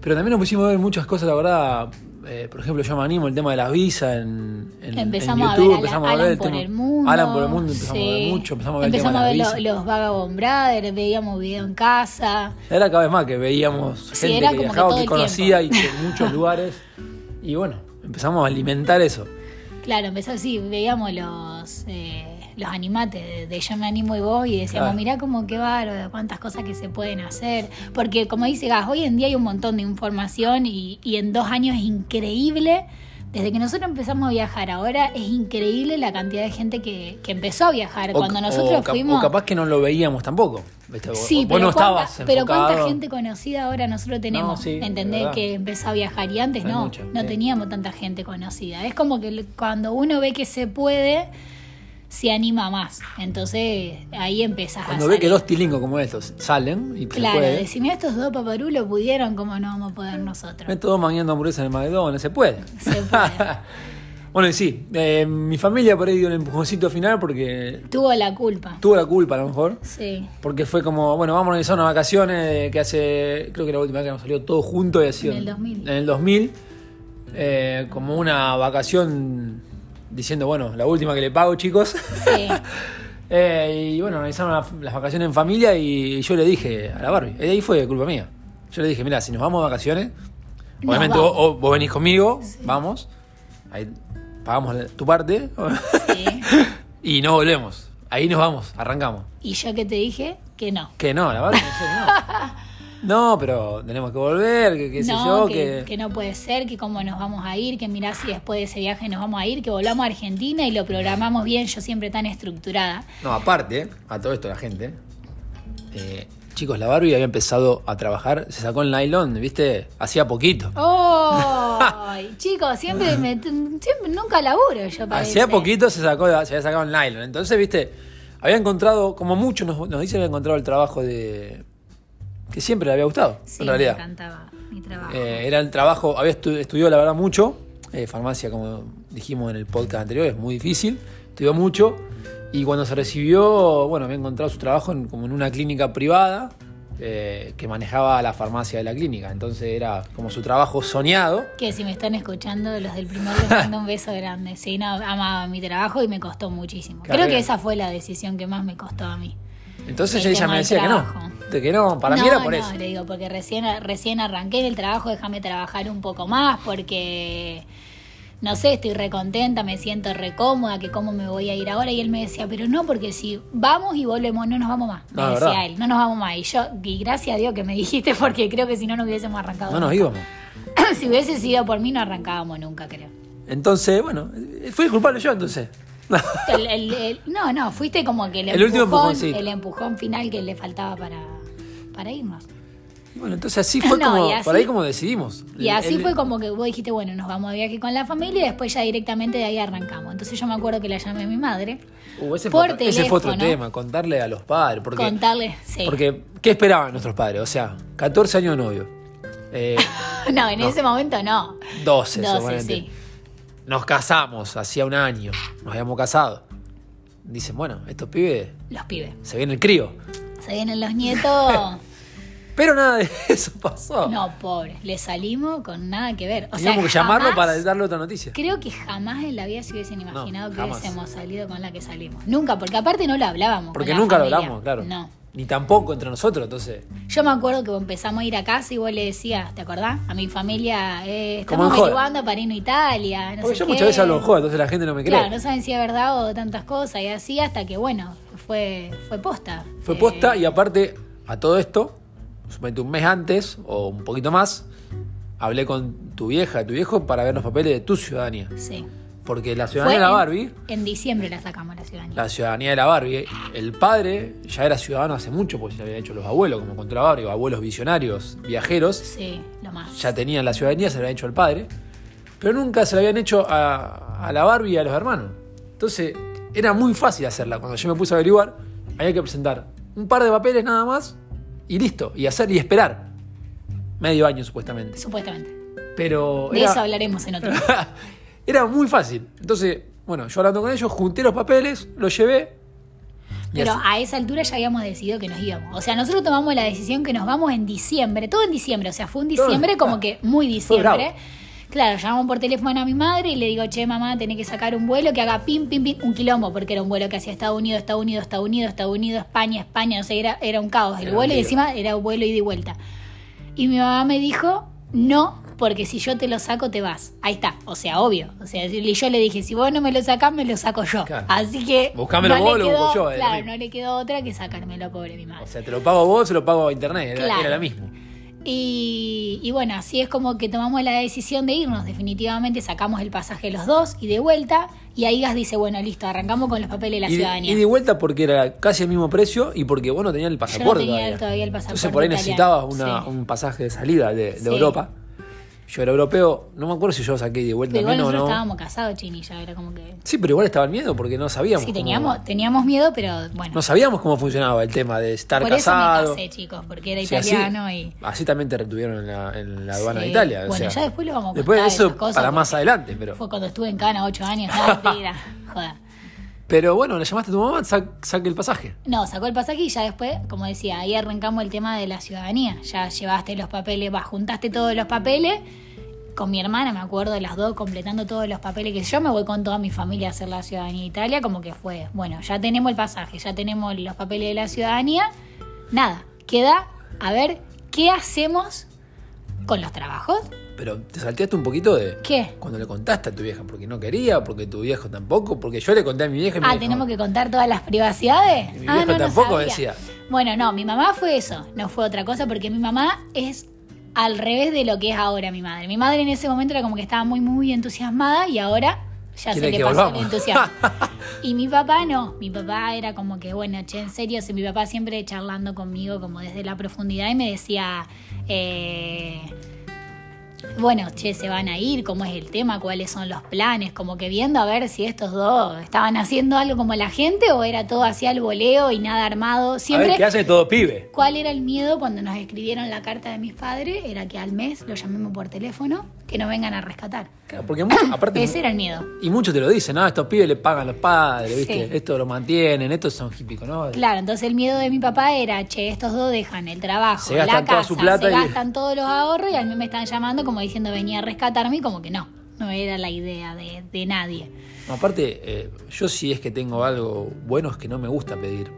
Speaker 1: pero también nos pusimos a ver muchas cosas, la verdad. eh, por ejemplo, yo me animo el tema de las visas en, en- en
Speaker 2: Empezamos
Speaker 1: YouTube,
Speaker 2: a ver a la-
Speaker 1: empezamos
Speaker 2: Alan
Speaker 1: a ver el
Speaker 2: por
Speaker 1: tema-
Speaker 2: el mundo.
Speaker 1: Alan por el mundo, empezamos a
Speaker 2: sí.
Speaker 1: ver mucho, empezamos a ver
Speaker 2: Empezamos
Speaker 1: el tema de las
Speaker 2: a ver
Speaker 1: visas.
Speaker 2: lo- los Vagabond Brothers, veíamos video en casa.
Speaker 1: Era cada vez más que veíamos
Speaker 2: Sí,
Speaker 1: gente
Speaker 2: era
Speaker 1: que
Speaker 2: como que
Speaker 1: viajaba,
Speaker 2: todo
Speaker 1: que,
Speaker 2: el
Speaker 1: conocía y
Speaker 2: tiempo.
Speaker 1: que en muchos lugares. Y bueno, empezamos a alimentar eso.
Speaker 2: Claro, empezó sí, veíamos los eh, los animates de, de Yo me animo y vos y decíamos,
Speaker 1: Claro.
Speaker 2: mirá cómo qué bárbaro, cuántas cosas que se pueden hacer. Porque como dice Gas, hoy en día hay un montón de información y, y en dos años es increíble. Desde que nosotros empezamos a viajar ahora es increíble la cantidad de gente que, que empezó a viajar.
Speaker 1: O-
Speaker 2: Cuando nosotros
Speaker 1: o cap-
Speaker 2: fuimos...
Speaker 1: O capaz que no lo veíamos tampoco. ¿viste? O-
Speaker 2: Sí,
Speaker 1: vos
Speaker 2: pero,
Speaker 1: no
Speaker 2: cuánta,
Speaker 1: estabas
Speaker 2: pero
Speaker 1: enfocado.
Speaker 2: cuánta gente conocida ahora nosotros tenemos.
Speaker 1: No, sí, de
Speaker 2: entender
Speaker 1: verdad.
Speaker 2: que empezó a viajar y antes
Speaker 1: Hay
Speaker 2: no,
Speaker 1: mucha,
Speaker 2: no
Speaker 1: sí.
Speaker 2: teníamos tanta gente conocida. Es como que l- cuando uno ve que se puede, se anima más. Entonces ahí empezás
Speaker 1: Cuando
Speaker 2: a
Speaker 1: ve que
Speaker 2: salir.
Speaker 1: dos tilingos como estos salen y
Speaker 2: Claro,
Speaker 1: se puede.
Speaker 2: decime, estos dos paparulos pudieron, como no vamos a poder nosotros?
Speaker 1: Ven todos mangueando hamburguesas en el McDonald's, se puede.
Speaker 2: Se puede.
Speaker 1: bueno, y sí, eh, mi familia por ahí dio el empujoncito final porque
Speaker 2: Tuvo la culpa.
Speaker 1: tuvo la culpa a lo mejor.
Speaker 2: Sí.
Speaker 1: Porque fue como, bueno, vamos a organizar unas vacaciones de que hace, creo que la última vez que nos salió todo junto y ha sido
Speaker 2: En el 2000.
Speaker 1: en el 2000, eh, como una vacación diciendo, bueno, la última que le pago, chicos.
Speaker 2: Sí.
Speaker 1: Eh, y bueno, organizaron la- las vacaciones en familia y yo le dije a la Barbie, eh, ahí fue culpa mía. Yo le dije, mira, si nos vamos de vacaciones,
Speaker 2: Nos
Speaker 1: obviamente
Speaker 2: vamos.
Speaker 1: vos, vos- vos venís conmigo, vamos, ahí pagamos la- tu parte
Speaker 2: sí.
Speaker 1: y no volvemos. Ahí nos vamos, arrancamos.
Speaker 2: Y yo que te dije que no.
Speaker 1: Que no, la Barbie, no, no. No, pero tenemos que volver, que qué sé
Speaker 2: no,
Speaker 1: yo,
Speaker 2: que,
Speaker 1: que...
Speaker 2: que no puede ser, que cómo nos vamos a ir, que mirá si después de ese viaje nos vamos a ir, que volvamos a Argentina y lo programamos bien, yo siempre tan estructurada.
Speaker 1: No, aparte, a todo esto la gente, eh, chicos, la Barbie había empezado a trabajar, se sacó el nylon, viste, hacía poquito.
Speaker 2: ¡Oh! Chicos, siempre, me- siempre nunca laburo yo para
Speaker 1: Hacía poquito se sacó, se había sacado el nylon. Entonces, viste, había encontrado, como mucho nos, nos dice, había encontrado el trabajo de. que siempre le había gustado,
Speaker 2: Sí,
Speaker 1: en
Speaker 2: me
Speaker 1: realidad.
Speaker 2: encantaba mi trabajo.
Speaker 1: Eh, era el trabajo, había estu- estudiado la verdad mucho. eh, farmacia, como dijimos en el podcast anterior, es muy difícil. Estudió mucho. Y cuando se recibió, bueno, había encontrado su trabajo en- como en una clínica privada eh, que manejaba la farmacia de la clínica. Entonces era como su trabajo soñado.
Speaker 2: que si me están escuchando los del primer les mando un beso grande. Sí, no, amaba mi trabajo y me costó muchísimo.
Speaker 1: Claro.
Speaker 2: Creo que esa fue la decisión que más me costó a mí.
Speaker 1: Entonces
Speaker 2: El
Speaker 1: ella
Speaker 2: tema
Speaker 1: me
Speaker 2: del
Speaker 1: decía que no.
Speaker 2: trabajo.
Speaker 1: de Que no, para
Speaker 2: no,
Speaker 1: mí era por
Speaker 2: no,
Speaker 1: eso.
Speaker 2: le digo, porque recién, recién arranqué en el trabajo, déjame trabajar un poco más, porque no sé, estoy recontenta, me siento recómoda, que cómo me voy a ir ahora. Y él me decía, pero no, porque si vamos y volvemos, no nos vamos más. Me
Speaker 1: No,
Speaker 2: decía
Speaker 1: ¿verdad?
Speaker 2: él, no nos vamos más. Y yo, y gracias a Dios que me dijiste, porque creo que si no, no hubiésemos arrancado.
Speaker 1: No nos íbamos.
Speaker 2: si hubiese sido por mí, no arrancábamos nunca, creo.
Speaker 1: Entonces, bueno, eh, fui el culpable yo entonces.
Speaker 2: El- el- el- no, no, fuiste como que el,
Speaker 1: El último
Speaker 2: empujón,
Speaker 1: empujoncito.
Speaker 2: el empujón final que le faltaba para, para irnos.
Speaker 1: bueno, entonces así fue
Speaker 2: No,
Speaker 1: como,
Speaker 2: y así-
Speaker 1: por ahí como decidimos.
Speaker 2: Y así
Speaker 1: El-
Speaker 2: fue como que vos dijiste, bueno, nos vamos de viaje con la familia y después ya directamente de ahí arrancamos. Entonces yo me acuerdo que la llamé a mi madre,
Speaker 1: Uh, ese,
Speaker 2: por
Speaker 1: fue, otro- ese fue otro
Speaker 2: teléfono.
Speaker 1: tema, contarle a los padres. Porque,
Speaker 2: contarle, sí.
Speaker 1: porque, ¿qué esperaban nuestros padres? O sea, 14 años de novio. Eh,
Speaker 2: no, en ese momento no.
Speaker 1: 12,
Speaker 2: 12,
Speaker 1: seguramente.
Speaker 2: sí.
Speaker 1: Nos casamos hacía un año, nos habíamos casado. Dicen, bueno, estos pibes
Speaker 2: Los pibes.
Speaker 1: se viene el crío.
Speaker 2: Se vienen los nietos.
Speaker 1: Pero nada de eso pasó.
Speaker 2: no, pobre. Le salimos con nada que ver. O sea,
Speaker 1: Teníamos que llamarlo
Speaker 2: jamás-
Speaker 1: para darle otra noticia.
Speaker 2: Creo que jamás en la vida se hubiesen imaginado que
Speaker 1: jamás.
Speaker 2: hubiésemos salido con la que salimos. Nunca, porque aparte no lo hablábamos. con
Speaker 1: Porque
Speaker 2: la
Speaker 1: nunca lo
Speaker 2: familia.
Speaker 1: hablamos, claro.
Speaker 2: No.
Speaker 1: Ni tampoco entre nosotros, entonces.
Speaker 2: Yo me acuerdo que empezamos a ir a casa y vos le decías, ¿te acordás? A mi familia, eh,
Speaker 1: Como
Speaker 2: estamos
Speaker 1: en joda.
Speaker 2: averiguando para irnos a Italia. No
Speaker 1: Porque
Speaker 2: sé
Speaker 1: yo
Speaker 2: qué.
Speaker 1: muchas veces hablo en joda, entonces la gente no me cree.
Speaker 2: Claro, no saben si es verdad o tantas cosas y así, hasta que bueno, fue, fue posta.
Speaker 1: Fue
Speaker 2: Eh,
Speaker 1: posta y aparte a todo esto, suponete un mes antes o un poquito más, hablé con tu vieja, tu viejo, para ver los papeles de tu ciudadanía.
Speaker 2: sí.
Speaker 1: Porque la
Speaker 2: Fue
Speaker 1: ciudadanía de la
Speaker 2: en-
Speaker 1: Barbie,
Speaker 2: En, diciembre la sacamos la ciudadanía.
Speaker 1: la ciudadanía de la Barbie, el padre ya era ciudadano hace mucho, porque se lo habían hecho los abuelos, como contó la Barbie, o abuelos visionarios, viajeros,
Speaker 2: Sí, lo más.
Speaker 1: ya tenían la ciudadanía, se la habían hecho al padre, pero nunca se la habían hecho a, a la Barbie y a los hermanos. Entonces, era muy fácil hacerla. Cuando yo me puse a averiguar, había que presentar un par de papeles nada más y listo, y hacer y esperar. Medio año supuestamente.
Speaker 2: Supuestamente.
Speaker 1: Pero
Speaker 2: De eso
Speaker 1: era,
Speaker 2: hablaremos en otro.
Speaker 1: era muy fácil. Entonces, bueno, yo hablando con ellos, junté los papeles, los llevé. y
Speaker 2: Pero
Speaker 1: así.
Speaker 2: a esa altura ya habíamos decidido que nos íbamos. O sea, nosotros tomamos la decisión que nos vamos en diciembre, todo en diciembre. O sea, fue un diciembre como que muy
Speaker 1: bravo.
Speaker 2: diciembre. Claro, llamamos por teléfono a mi madre y le digo, che, mamá, tenés que sacar un vuelo que haga pim, pim, pim, un quilombo, porque era un vuelo que hacía Estados Unidos, Estados Unidos, Estados Unidos, Estados Unidos, España, España, o sea, era, era un caos el
Speaker 1: Era un
Speaker 2: vuelo y
Speaker 1: lío.
Speaker 2: encima era un vuelo ida y vuelta. Y mi mamá me dijo, no, porque si yo te lo saco, te vas. Ahí está, o sea, obvio. O sea, y yo le dije, si vos no me lo sacás, me lo saco yo.
Speaker 1: Claro.
Speaker 2: Así que...
Speaker 1: Buscámelo
Speaker 2: no
Speaker 1: vos,
Speaker 2: le
Speaker 1: lo busco
Speaker 2: quedó-
Speaker 1: yo, eh, lo
Speaker 2: Claro,
Speaker 1: mismo.
Speaker 2: no le quedó otra que sacármelo, pobre mi
Speaker 1: O
Speaker 2: madre.
Speaker 1: sea, te lo pago vos, se lo pago a internet, era,
Speaker 2: Claro.
Speaker 1: era lo mismo.
Speaker 2: Y, y bueno, así es como que tomamos la decisión de irnos. Definitivamente sacamos el pasaje los dos y de vuelta. Y ahí Gas dice, bueno, listo, arrancamos con los papeles de la
Speaker 1: y, de-
Speaker 2: ciudadanía.
Speaker 1: y de vuelta porque era casi el mismo precio y porque vos no tenías el pasaporte
Speaker 2: tenía
Speaker 1: todavía.
Speaker 2: todavía el pasaporte
Speaker 1: Entonces por ahí necesitabas
Speaker 2: italiano,
Speaker 1: una-
Speaker 2: sí.
Speaker 1: un pasaje de salida de, de
Speaker 2: Sí.
Speaker 1: Europa. Yo era europeo, no me acuerdo si yo lo saqué de vuelta
Speaker 2: Pero igual
Speaker 1: también o no.
Speaker 2: nosotros estábamos casados, Chini, ya era como que...
Speaker 1: Sí, pero igual estaba el miedo porque no sabíamos.
Speaker 2: Sí,
Speaker 1: cómo-
Speaker 2: teníamos, teníamos miedo, pero bueno.
Speaker 1: no sabíamos cómo funcionaba el tema de estar
Speaker 2: por
Speaker 1: casado.
Speaker 2: eso me casé, chicos, porque era
Speaker 1: Sí, así-
Speaker 2: italiano y...
Speaker 1: Así también te retuvieron en la, en la aduana
Speaker 2: Sí.
Speaker 1: de Italia. o
Speaker 2: Bueno,
Speaker 1: sea,
Speaker 2: ya después lo vamos a
Speaker 1: Después de
Speaker 2: contar
Speaker 1: eso,
Speaker 2: esas cosas,
Speaker 1: para
Speaker 2: porque
Speaker 1: más adelante, pero.
Speaker 2: Fue cuando estuve en Cana ocho años, no, mentira, joda.
Speaker 1: Pero bueno, le llamaste a tu mamá, sa- saque el pasaje.
Speaker 2: No, sacó el pasaje y ya después, como decía, ahí arrancamos el tema de la ciudadanía. Ya llevaste los papeles, va, juntaste todos los papeles con mi hermana, me acuerdo, las dos completando todos los papeles que yo me voy con toda mi familia a hacer la ciudadanía de Italia, como que fue, bueno, ya tenemos el pasaje, ya tenemos los papeles de la ciudadanía, nada, queda a ver qué hacemos con los trabajos.
Speaker 1: Pero te salteaste un poquito de.
Speaker 2: ¿Qué?
Speaker 1: Cuando le contaste a tu vieja, porque no quería, porque tu viejo tampoco, porque yo le conté a mi vieja y mi
Speaker 2: Ah,
Speaker 1: viejo-
Speaker 2: ¿tenemos que contar todas las privacidades?
Speaker 1: Y mi
Speaker 2: ah,
Speaker 1: viejo tampoco
Speaker 2: sabía.
Speaker 1: decía.
Speaker 2: Bueno, no, mi mamá fue eso, no fue otra cosa, porque mi mamá es al revés de lo que es ahora mi madre. Mi madre en ese momento era como que estaba muy, muy entusiasmada y ahora ya se
Speaker 1: Quiere
Speaker 2: le
Speaker 1: que
Speaker 2: pasó el
Speaker 1: volvamos.
Speaker 2: entusiasmo. Y mi papá no, mi papá era como que, bueno, che, en serio, si mi papá siempre charlando conmigo como desde la profundidad y me decía, eh, bueno, che, se van a ir, cómo es el tema, cuáles son los planes, como que viendo a ver si estos dos estaban haciendo algo como la gente o era todo hacia el voleo y nada armado.
Speaker 3: A
Speaker 2: Siempre,
Speaker 3: ver qué hace todo pibe.
Speaker 2: ¿cuál era el miedo cuando nos escribieron la carta de mis padres? Era que al mes lo llamemos por teléfono, que nos vengan a rescatar.
Speaker 1: Claro, Porque mucho- aparte.
Speaker 2: Ese era el miedo.
Speaker 1: Y muchos te lo dicen, ah, estos pibes le pagan los padres, ¿viste?
Speaker 2: Sí.
Speaker 1: Estos lo mantienen, estos son hipicos, ¿no?
Speaker 2: Claro, entonces el miedo de mi papá era, che, estos dos dejan el trabajo,
Speaker 1: Se gastan
Speaker 2: la
Speaker 1: toda
Speaker 2: casa,
Speaker 1: su plata
Speaker 2: se
Speaker 1: y-
Speaker 2: gastan todos los ahorros y a mí me están llamando como diciendo venía a rescatarme y como que no, no era la idea de, de nadie.
Speaker 1: No, Aparte, eh, yo sí es que tengo algo bueno, es que no me gusta pedir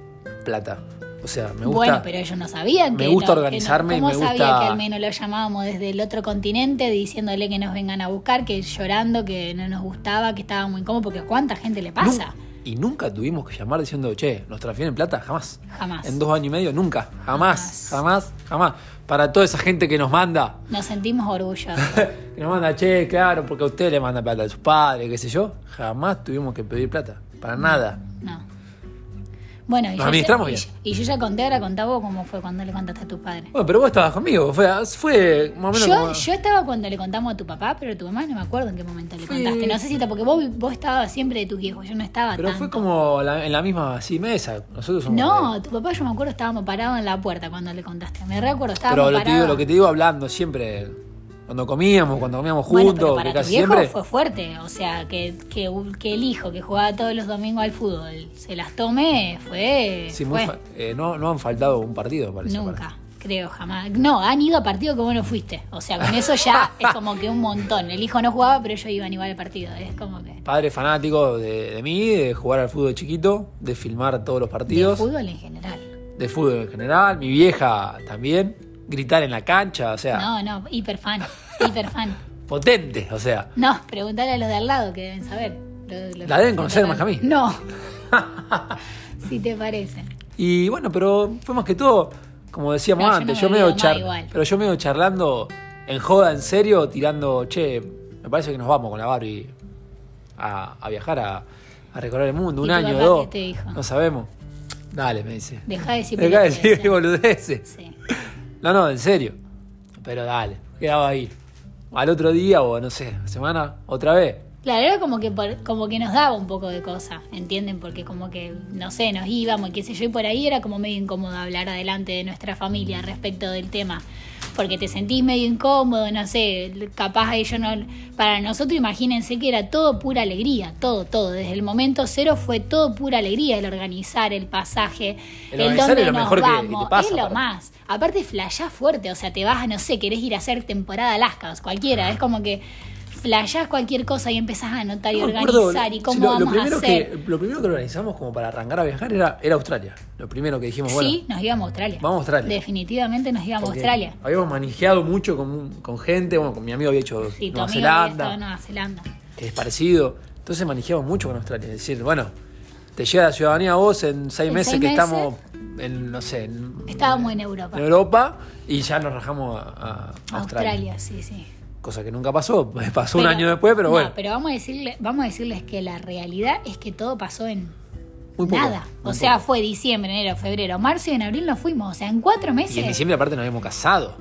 Speaker 1: plata. O sea, me gusta.
Speaker 2: bueno, pero ellos no sabían
Speaker 1: me
Speaker 2: que
Speaker 1: gusta
Speaker 2: no- que no-
Speaker 1: organizarme y
Speaker 2: ¿Cómo
Speaker 1: me
Speaker 2: sabía
Speaker 1: gusta-
Speaker 2: que al menos lo llamábamos desde el otro continente diciéndole que nos vengan a buscar, que llorando, que no nos gustaba, que estaba muy cómodo? Porque ¿cuánta gente le pasa?
Speaker 1: Nun- y nunca tuvimos que llamar diciendo, che, ¿nos transfieren plata? Jamás.
Speaker 2: Jamás.
Speaker 1: En dos años y medio, nunca. Jamás, jamás, jamás. Para toda esa gente que nos manda,
Speaker 2: Nos sentimos orgullosos.
Speaker 1: que nos manda, che, claro, porque a usted le manda plata a sus padres, qué sé yo. Jamás tuvimos que pedir plata. Para nada.
Speaker 2: No. Bueno, y
Speaker 1: Nos
Speaker 2: yo
Speaker 1: administramos
Speaker 2: ya,
Speaker 1: bien.
Speaker 2: Y, y yo ya conté, ahora contá vos cómo fue cuando le contaste a tu padre.
Speaker 1: Bueno, pero vos estabas conmigo. Fue, fue más o menos
Speaker 2: Yo,
Speaker 1: como-
Speaker 2: yo estaba cuando le contamos a tu papá, pero tu mamá no me acuerdo en qué momento le
Speaker 1: Fue-
Speaker 2: contaste. No sé si está, porque vos, vos estabas siempre de tus viejos, yo no estaba
Speaker 1: Pero
Speaker 2: tanto.
Speaker 1: fue como la- en la misma así, mesa. Nosotros somos.
Speaker 2: No, tu papá yo me acuerdo estábamos parados en la puerta cuando le contaste. Me recuerdo, estábamos
Speaker 1: Pero lo, te digo,
Speaker 2: parados.
Speaker 1: lo que te digo hablando siempre, cuando comíamos, cuando comíamos
Speaker 2: Bueno,
Speaker 1: juntos, que
Speaker 2: pero para tu
Speaker 1: casi
Speaker 2: viejo
Speaker 1: siempre.
Speaker 2: fue fuerte. O sea, que, que, que el hijo que jugaba todos los domingos al fútbol se las tome, fue...
Speaker 1: Sí, muy
Speaker 2: fue.
Speaker 1: fa- eh, no, no han faltado un partido, parece. para-
Speaker 2: Nunca, creo, jamás. No, han ido a partido que vos no fuiste. O sea, con eso ya es como que un montón. El hijo no jugaba, pero ellos iban igual al partido. Es como que.
Speaker 1: Padre fanático de, de mí, de jugar al fútbol de chiquito, de filmar todos los
Speaker 2: De
Speaker 1: partidos,
Speaker 2: fútbol en general.
Speaker 1: de fútbol en general, mi vieja también, gritar en la cancha, o sea,
Speaker 2: No, no, hiper fan. Hiper fan.
Speaker 1: potente, o sea.
Speaker 2: No, preguntale a los de al lado que deben saber. Lo- lo-
Speaker 1: La deben conocer más que a mí.
Speaker 2: No. si te parece.
Speaker 1: Y bueno, pero fue más que todo, como decíamos
Speaker 2: No, yo no
Speaker 1: antes,
Speaker 2: me
Speaker 1: yo,
Speaker 2: olvido
Speaker 1: medio
Speaker 2: más
Speaker 1: char-
Speaker 2: igual.
Speaker 1: pero yo medio charlando en joda, en serio, tirando, che, me parece que nos vamos con la Barbie a, a viajar, a, a recorrer el mundo, un
Speaker 2: ¿Y tu
Speaker 1: año,
Speaker 2: papá
Speaker 1: dos,
Speaker 2: qué te dijo?
Speaker 1: no sabemos. Dale, me dice.
Speaker 2: Deja de decir
Speaker 1: Dejá de
Speaker 2: pelotudeces.
Speaker 1: decir boludeces.
Speaker 2: Sí.
Speaker 1: No, no, en serio. Pero dale, quedaba ahí. Al otro día o no sé, semana, otra vez.
Speaker 2: Claro, era como que, por- como que nos daba un poco de cosa, ¿entienden? Porque como que, no sé, nos íbamos y qué sé yo, y por ahí era como medio incómodo hablar adelante de nuestra familia
Speaker 1: Mm.
Speaker 2: respecto del tema. Porque te sentís medio incómodo, no sé, capaz ellos no... Para nosotros imagínense que era todo pura alegría, todo, todo. Desde el momento cero fue todo pura alegría el organizar, el pasaje,
Speaker 1: El
Speaker 2: el,
Speaker 1: organizar
Speaker 2: dónde
Speaker 1: es lo
Speaker 2: nos
Speaker 1: mejor que- que te
Speaker 2: vamos.
Speaker 1: pasa,
Speaker 2: es lo
Speaker 1: aparte.
Speaker 2: más. Aparte flashás fuerte, o sea, te vas, a, no sé, querés ir a hacer temporada a Alaska, o cualquiera. Es como que flashás cualquier cosa y empezás a anotar y
Speaker 1: No me acuerdo,
Speaker 2: organizar y
Speaker 1: sí,
Speaker 2: cómo
Speaker 1: lo- lo,
Speaker 2: vamos
Speaker 1: primero
Speaker 2: a hacer.
Speaker 1: Que, lo primero que organizamos como para arrancar a viajar era, era Australia. Lo primero que dijimos, bueno.
Speaker 2: sí, nos íbamos a Australia.
Speaker 1: Vamos a Australia.
Speaker 2: Definitivamente nos íbamos
Speaker 1: Porque
Speaker 2: a Australia.
Speaker 1: Habíamos manejado mucho con, un- con gente, bueno, con mi amigo había hecho
Speaker 2: Sí, tu
Speaker 1: Nueva
Speaker 2: amigo había
Speaker 1: Zelanda,
Speaker 2: estado en Nueva Zelanda.
Speaker 1: que es parecido. Entonces manejamos mucho con Australia. Es decir, bueno, te llega la ciudadanía a vos en seis
Speaker 2: En
Speaker 1: meses
Speaker 2: seis
Speaker 1: que
Speaker 2: meses.
Speaker 1: estamos en, no sé, en,
Speaker 2: Estábamos en
Speaker 1: en
Speaker 2: Europa.
Speaker 1: Europa y ya nos rajamos a, a Australia.
Speaker 2: Australia, sí, sí.
Speaker 1: Cosa que nunca pasó, pasó un
Speaker 2: Pero-
Speaker 1: año después, pero
Speaker 2: no,
Speaker 1: bueno.
Speaker 2: pero vamos a, decirle, vamos a decirles que la realidad es que todo pasó en
Speaker 1: Muy poco,
Speaker 2: nada.
Speaker 1: muy
Speaker 2: o sea,
Speaker 1: poco.
Speaker 2: fue diciembre, enero, febrero, marzo y en abril nos fuimos. O sea, en cuatro meses.
Speaker 1: Y en diciembre aparte nos habíamos casado.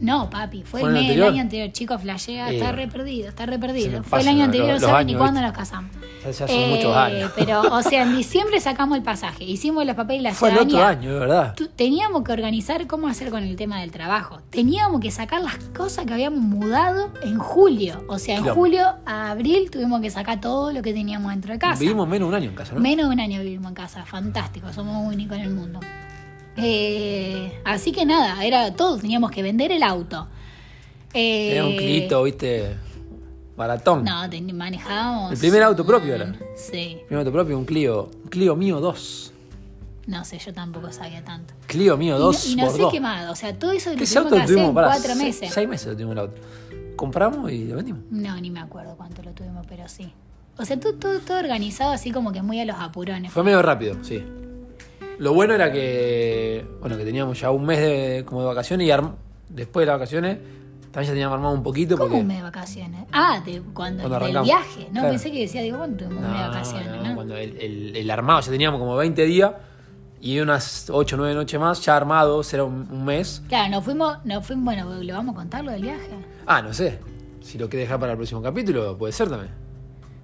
Speaker 2: No, papi, fue,
Speaker 1: ¿Fue el
Speaker 2: el, mes- el
Speaker 1: anterior?
Speaker 2: año anterior, chicos, flashea,
Speaker 1: Eh,
Speaker 2: está re perdido, está re
Speaker 1: se me
Speaker 2: perdido. Fue
Speaker 1: pasan
Speaker 2: el año
Speaker 1: los-
Speaker 2: anterior,
Speaker 1: los
Speaker 2: no saben ni
Speaker 1: años,
Speaker 2: cuándo
Speaker 1: ¿viste?
Speaker 2: nos casamos. Eh,
Speaker 1: Ya se hacen muchos años.
Speaker 2: Pero, o sea, en diciembre sacamos el pasaje, hicimos los papeles de la
Speaker 1: Fue el otro
Speaker 2: ciudadanía.
Speaker 1: año, de verdad.
Speaker 2: Tu- Teníamos que organizar cómo hacer con el tema del trabajo. Teníamos que sacar las cosas que habíamos mudado en julio. O sea, en
Speaker 1: Quilombo.
Speaker 2: julio a abril tuvimos que sacar todo lo que teníamos dentro de casa.
Speaker 1: Vivimos menos de un año en casa, ¿no?
Speaker 2: Menos de un año vivimos en casa, fantástico, somos únicos en el mundo. Eh, así que nada, era todo, teníamos que vender el auto, Eh,
Speaker 1: Era un clito, viste, baratón.
Speaker 2: No, ten- manejábamos.
Speaker 1: El primer auto propio era.
Speaker 2: Sí,
Speaker 1: Primero tu propio, un Clio. un Clio mío 2.
Speaker 2: no sé, yo tampoco sabía tanto.
Speaker 1: Clio mío
Speaker 2: Y no-
Speaker 1: 2.
Speaker 2: y no,
Speaker 1: por
Speaker 2: sé
Speaker 1: dos.
Speaker 2: qué más, o sea, todo eso lo
Speaker 1: ¿Qué
Speaker 2: tuvimos
Speaker 1: ese auto
Speaker 2: que
Speaker 1: lo
Speaker 2: hacer en
Speaker 1: tuvimos? Pará,
Speaker 2: cuatro
Speaker 1: se-
Speaker 2: meses.
Speaker 1: Seis meses lo tuvimos el auto. Compramos y lo vendimos.
Speaker 2: No, ni me acuerdo cuánto lo tuvimos, pero sí. O sea, todo, todo, todo organizado así como que muy a los apurones.
Speaker 1: Fue medio rápido, sí. Lo bueno era que. Bueno, que teníamos ya un mes de, como de vacaciones y arm- después de las vacaciones también ya teníamos armado un poquito
Speaker 2: ¿Cómo
Speaker 1: porque.
Speaker 2: un mes de vacaciones? Ah, de, cuando,
Speaker 1: Cuando
Speaker 2: del
Speaker 1: arrancamos.
Speaker 2: viaje. No,
Speaker 1: Claro.
Speaker 2: pensé que decía, digo, ¿cuánto tuvimos un mes de vacaciones?
Speaker 1: no,
Speaker 2: No,
Speaker 1: Cuando el, el- el armado, ya teníamos como 20 días y unas 8 o 9 noches más, ya armado, será un, un mes.
Speaker 2: Claro, nos fuimos, nos fuimos, bueno, ¿lo vamos a contar lo del viaje?
Speaker 1: Ah, no sé. Si lo querés dejar para el próximo capítulo, puede ser también.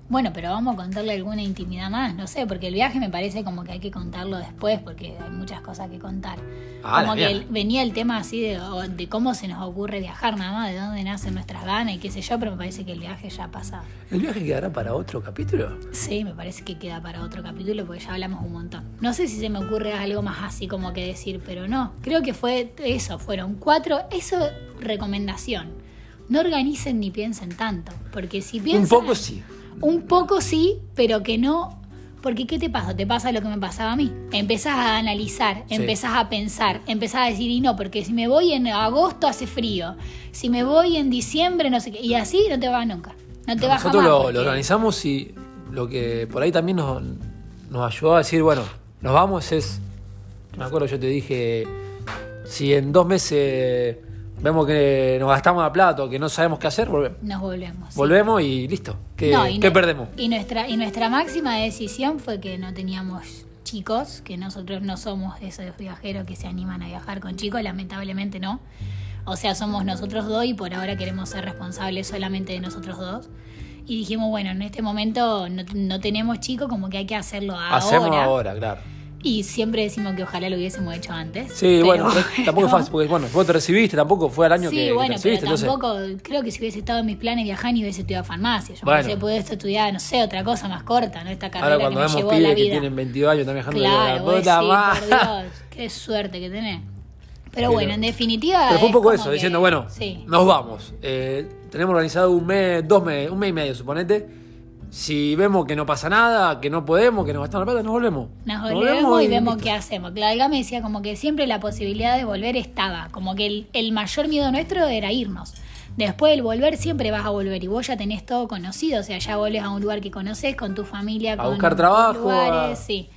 Speaker 2: Bueno, pero vamos a contarle alguna intimidad más, no sé, porque el viaje me parece como que hay que contarlo después, porque hay muchas cosas que contar.
Speaker 1: Ah, la
Speaker 2: como que
Speaker 1: mierda.
Speaker 2: el- venía el tema así de, o- de cómo se nos ocurre viajar nada más, de dónde nacen nuestras ganas y qué sé yo, pero me parece que el viaje ya pasa.
Speaker 1: ¿El viaje quedará para otro capítulo?
Speaker 2: Sí, me parece que queda para otro capítulo porque ya hablamos un montón. No sé si se me ocurre algo más así como que decir, pero no. Creo que fue eso, fueron cuatro. Eso, recomendación. No organicen ni piensen tanto, porque si piensan...
Speaker 1: Un poco sí.
Speaker 2: Un poco sí, pero que no. Porque ¿qué te pasa? Te pasa lo que me pasaba a mí. Empezás a analizar,
Speaker 1: Sí.
Speaker 2: empezás a pensar, empezás a decir, y no, porque si me voy en agosto hace frío, si me voy en diciembre no sé qué, y así no te vas nunca. No te vas
Speaker 1: Nosotros
Speaker 2: jamás,
Speaker 1: lo,
Speaker 2: porque-
Speaker 1: lo organizamos y lo que por ahí también nos, nos ayudó a decir, bueno, nos vamos es, me acuerdo yo te dije, si en dos meses vemos que nos gastamos la plata o que no sabemos qué hacer, volvemos.
Speaker 2: Nos volvemos. sí.
Speaker 1: Volvemos y listo. ¿Qué,
Speaker 2: No, y
Speaker 1: qué
Speaker 2: nue-
Speaker 1: perdemos?
Speaker 2: Y nuestra, y nuestra máxima decisión fue que no teníamos chicos, que nosotros no somos esos viajeros que se animan a viajar con chicos, lamentablemente no. O sea, somos nosotros dos y por ahora queremos ser responsables solamente de nosotros dos. Y dijimos, bueno, en este momento no, no tenemos chicos, como que hay que hacerlo ahora.
Speaker 1: Hacemos ahora, claro.
Speaker 2: Y siempre decimos que ojalá lo hubiésemos hecho antes.
Speaker 1: Sí,
Speaker 2: pero
Speaker 1: bueno, pero tampoco es fácil, porque bueno, vos te recibiste, tampoco fue el año
Speaker 2: sí,
Speaker 1: que, que te
Speaker 2: bueno,
Speaker 1: recibiste,
Speaker 2: pero
Speaker 1: entonces.
Speaker 2: tampoco creo que si hubiese estado en mis planes viajar ni hubiese estudiado farmacia. Yo
Speaker 1: Bueno.
Speaker 2: hubiese podido estudiar, no sé, otra cosa más corta, ¿no? Esta carrera
Speaker 1: Ahora cuando
Speaker 2: que me
Speaker 1: vemos
Speaker 2: llevó la
Speaker 1: pibes que
Speaker 2: vida.
Speaker 1: tienen 22 años están viajando
Speaker 2: claro,
Speaker 1: la
Speaker 2: vos
Speaker 1: puta
Speaker 2: decís,
Speaker 1: madre.
Speaker 2: por Dios, qué suerte que tenés. Pero, bueno, en definitiva.
Speaker 1: Pero fue un
Speaker 2: es
Speaker 1: poco
Speaker 2: como
Speaker 1: eso,
Speaker 2: que-
Speaker 1: diciendo, bueno,
Speaker 2: Sí.
Speaker 1: nos vamos. Eh, tenemos organizado un mes, dos meses, un mes y medio, suponete. Si vemos que no pasa nada, que no podemos, que nos gastamos la plata, nos volvemos.
Speaker 2: Nos volvemos y vemos
Speaker 1: listo.
Speaker 2: qué hacemos. Claro, Alga me decía como que siempre la posibilidad de volver estaba. Como que el, el mayor miedo nuestro era irnos. Después del volver siempre vas a volver y vos ya tenés todo conocido. O sea, ya volvés a un lugar que conoces con tu familia,
Speaker 1: A
Speaker 2: con
Speaker 1: buscar
Speaker 2: tus
Speaker 1: trabajo, a-
Speaker 2: lugares, sí.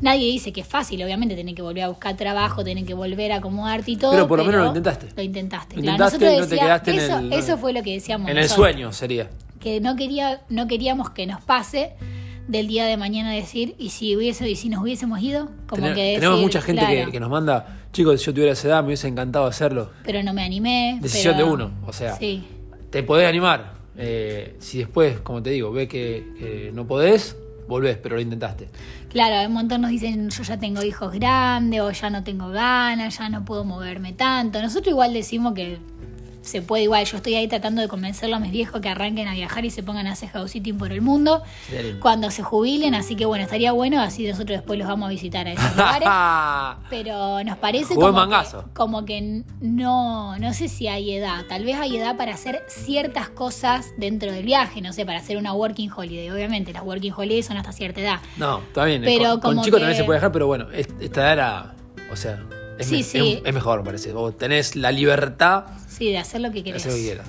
Speaker 2: Nadie dice que es fácil, obviamente tenés que volver a buscar trabajo, tenés que volver a acomodarte y todo.
Speaker 1: Pero por lo menos lo intentaste.
Speaker 2: Lo intentaste.
Speaker 1: Lo
Speaker 2: claro.
Speaker 1: intentaste
Speaker 2: Nosotros
Speaker 1: y no te
Speaker 2: decía-
Speaker 1: quedaste en
Speaker 2: eso,
Speaker 1: el-
Speaker 2: eso fue lo que decíamos.
Speaker 1: En el
Speaker 2: nosotros
Speaker 1: sueño sería.
Speaker 2: que no quería no queríamos que nos pase del día de mañana decir y si hubiese y si nos hubiésemos ido como
Speaker 1: Tener-
Speaker 2: que decir,
Speaker 1: tenemos mucha gente que-
Speaker 2: claro,
Speaker 1: que, nos manda, chicos, si yo tuviera esa edad me hubiese encantado hacerlo.
Speaker 2: pero no me animé
Speaker 1: Decisión
Speaker 2: pero-
Speaker 1: de uno, o sea.
Speaker 2: sí
Speaker 1: Te podés animar. eh, si después, como te digo, ves que, que no podés, volvés, pero lo intentaste.
Speaker 2: claro un montón nos dicen yo ya tengo hijos grandes o ya no tengo ganas ya no puedo moverme tanto nosotros igual decimos que se puede igual, yo estoy ahí tratando de convencerlo a mis viejos que arranquen a viajar y se pongan a hacer house-sitting por el mundo
Speaker 1: Sería lindo.
Speaker 2: cuando se jubilen, así que bueno, estaría bueno, así nosotros después los vamos a visitar a esos lugares. Pero nos parece
Speaker 1: Jugó
Speaker 2: como
Speaker 1: el
Speaker 2: que,
Speaker 1: mangazo.
Speaker 2: como que no, no sé si hay edad. Tal vez hay edad para hacer ciertas cosas dentro del viaje, no sé, para hacer una working holiday. Obviamente, las working holidays son hasta cierta edad.
Speaker 1: No, está bien.
Speaker 2: Pero
Speaker 1: con, con
Speaker 2: como
Speaker 1: chicos
Speaker 2: que-
Speaker 1: también se puede dejar, pero bueno, es- esta edad era. O sea, es,
Speaker 2: Sí,
Speaker 1: me-
Speaker 2: sí.
Speaker 1: es un- es mejor, me parece. Vos tenés la libertad
Speaker 2: Sí, de hacer lo que
Speaker 1: de
Speaker 2: querés.
Speaker 1: hacer lo que quieras.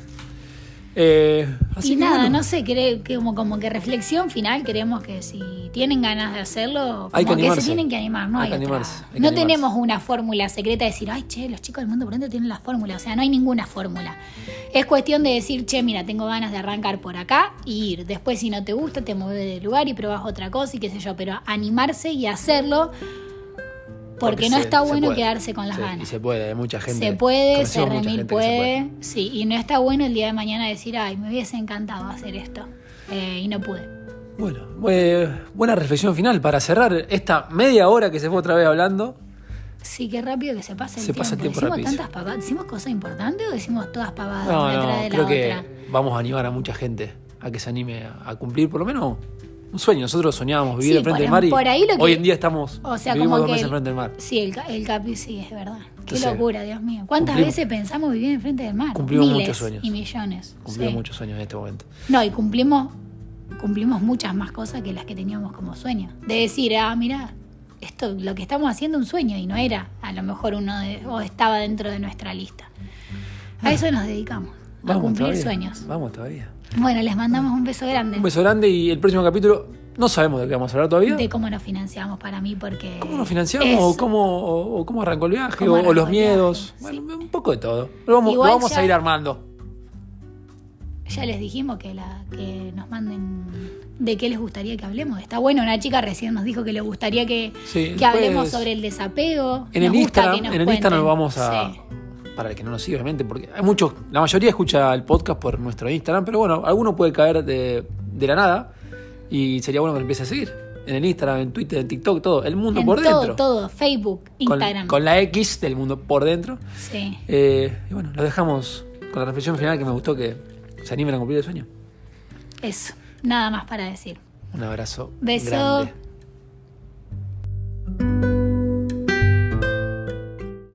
Speaker 1: Eh, así
Speaker 2: y
Speaker 1: que
Speaker 2: nada,
Speaker 1: bueno,
Speaker 2: no sé, creo que como, como que reflexión final, queremos que si tienen ganas de hacerlo, como
Speaker 1: Hay que animarse.
Speaker 2: se tienen que animar, no
Speaker 1: Hay
Speaker 2: hay,
Speaker 1: que
Speaker 2: otra.
Speaker 1: animarse, hay que
Speaker 2: No
Speaker 1: animarse.
Speaker 2: tenemos una fórmula secreta de decir, ay, che, los chicos del mundo por dentro tienen la fórmula, o sea, no hay ninguna fórmula. Es cuestión de decir, che, mira, tengo ganas de arrancar por acá y ir. Después, si no te gusta, te mueves de lugar y probás otra cosa y qué sé yo, pero animarse y hacerlo, porque, no
Speaker 1: se-
Speaker 2: está
Speaker 1: se
Speaker 2: bueno
Speaker 1: puede.
Speaker 2: quedarse con las
Speaker 1: Sí,
Speaker 2: ganas.
Speaker 1: Y se puede, hay mucha gente.
Speaker 2: Se puede, se
Speaker 1: conocemos mucha
Speaker 2: remil
Speaker 1: gente que se
Speaker 2: puede, sí, y no está bueno el día de mañana decir, ay, me hubiese encantado hacer esto, eh, y no pude.
Speaker 1: Bueno, eh, buena reflexión final para cerrar esta media hora que se fue otra vez hablando.
Speaker 2: Sí, qué rápido que se pasa el
Speaker 1: Se
Speaker 2: tiempo.
Speaker 1: pasa el tiempo
Speaker 2: decimos
Speaker 1: rapidísimo.
Speaker 2: tantas pavadas, decimos cosas importantes o decimos todas pavadas
Speaker 1: No,
Speaker 2: una
Speaker 1: no,
Speaker 2: atrás de
Speaker 1: creo
Speaker 2: la
Speaker 1: que
Speaker 2: otra.
Speaker 1: vamos a animar a mucha gente a que se anime a a cumplir por lo menos un sueño. Nosotros soñábamos vivir
Speaker 2: Sí,
Speaker 1: enfrente del
Speaker 2: por-
Speaker 1: mar y
Speaker 2: por ahí lo que-
Speaker 1: hoy en día estamos
Speaker 2: O sea,
Speaker 1: vivimos
Speaker 2: como
Speaker 1: dos
Speaker 2: que
Speaker 1: meses
Speaker 2: el-
Speaker 1: enfrente del mar.
Speaker 2: Sí, el, ca- el Capi sí, es verdad. Qué
Speaker 1: Entonces,
Speaker 2: locura, Dios mío. ¿Cuántas
Speaker 1: cumplimos-
Speaker 2: veces pensamos vivir enfrente del mar?
Speaker 1: cumplimos
Speaker 2: Miles
Speaker 1: muchos sueños.
Speaker 2: Y millones.
Speaker 1: Cumplimos
Speaker 2: sí.
Speaker 1: muchos sueños en este momento.
Speaker 2: No, y cumplimos, cumplimos muchas más cosas que las que teníamos como sueño. De decir, ah, mira, esto, lo que estamos haciendo es un sueño y no era a lo mejor uno de, o estaba dentro de nuestra lista.
Speaker 1: Ah.
Speaker 2: A eso nos dedicamos, a cumplir
Speaker 1: todavía.
Speaker 2: sueños.
Speaker 1: Vamos todavía.
Speaker 2: Bueno, les mandamos un beso grande
Speaker 1: Un beso grande y el próximo capítulo no sabemos de qué vamos a hablar todavía.
Speaker 2: de cómo nos financiamos para mí porque...
Speaker 1: ¿Cómo nos financiamos?
Speaker 2: es-
Speaker 1: ¿O cómo, o- o cómo arrancó el viaje?
Speaker 2: ¿Cómo
Speaker 1: o-
Speaker 2: arrancó
Speaker 1: ¿O los
Speaker 2: el viaje?
Speaker 1: miedos?
Speaker 2: Sí.
Speaker 1: Bueno, un poco de todo. Lo vamos, lo
Speaker 2: Igual
Speaker 1: vamos
Speaker 2: ya-
Speaker 1: a ir armando.
Speaker 2: Ya les dijimos que, la, que nos manden de qué les gustaría que hablemos. Está bueno, una chica recién nos dijo que le gustaría que,
Speaker 1: Sí,
Speaker 2: que hablemos
Speaker 1: después-
Speaker 2: sobre el desapego.
Speaker 1: En el
Speaker 2: Nos gusta que
Speaker 1: Instagram,
Speaker 2: nos
Speaker 1: en el Instagram lo
Speaker 2: cuenten.
Speaker 1: vamos a.
Speaker 2: Sí.
Speaker 1: Para el que no nos sigue, obviamente, porque hay muchos. La mayoría escucha el podcast por nuestro Instagram, pero bueno, alguno puede caer de, de la nada y sería bueno que lo empiece a seguir. En el Instagram, en Twitter, en TikTok, todo. El mundo
Speaker 2: En
Speaker 1: por
Speaker 2: todo,
Speaker 1: dentro.
Speaker 2: todo. Facebook,
Speaker 1: Con-
Speaker 2: Instagram.
Speaker 1: Con, la X del mundo por dentro.
Speaker 2: Sí.
Speaker 1: Eh, y bueno, lo dejamos con la reflexión final que me gustó que se animen a cumplir el sueño.
Speaker 2: Eso. Nada más para decir.
Speaker 1: Un abrazo.
Speaker 2: Beso.
Speaker 1: grande.